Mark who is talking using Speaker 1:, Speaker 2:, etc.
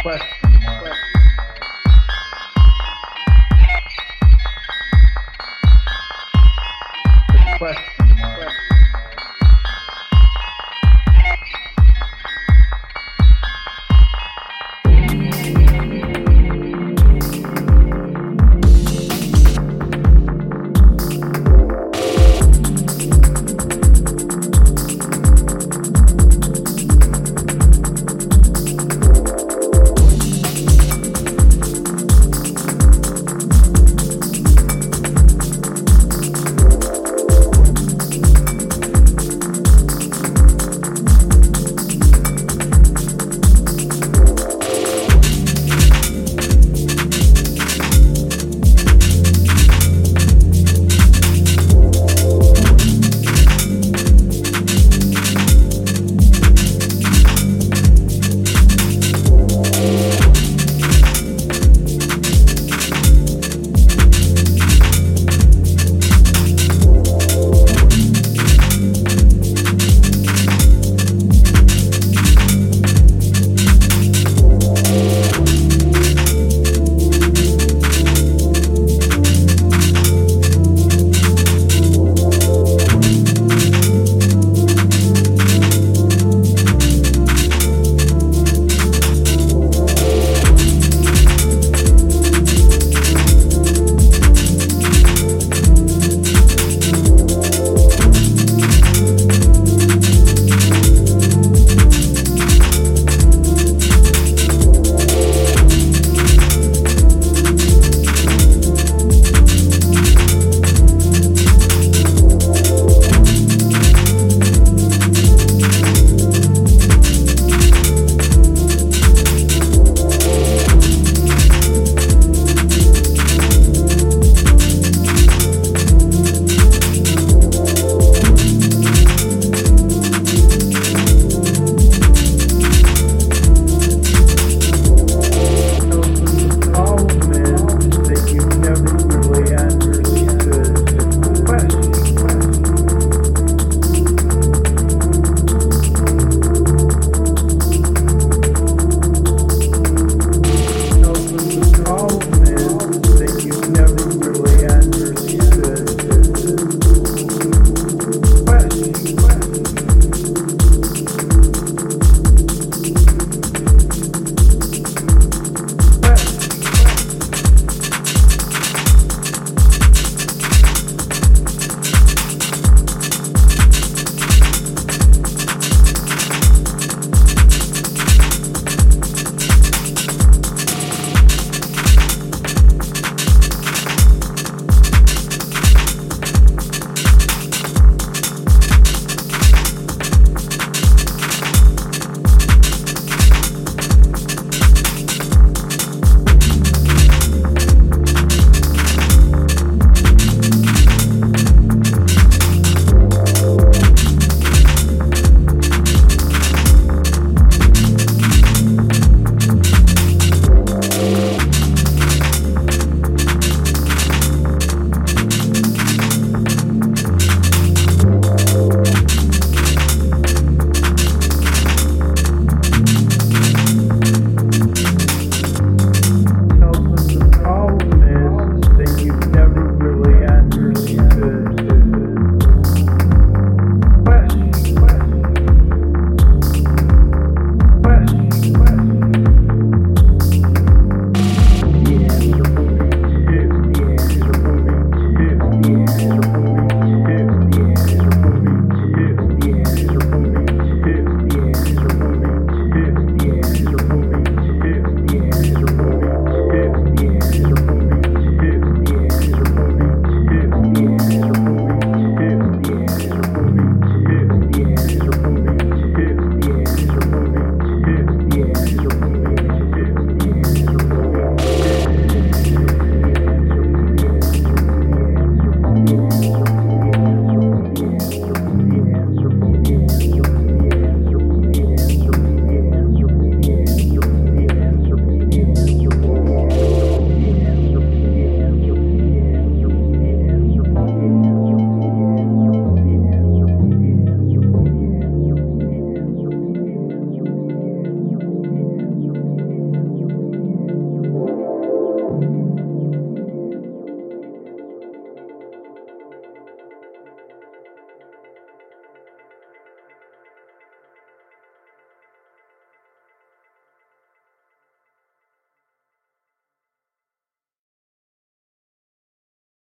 Speaker 1: request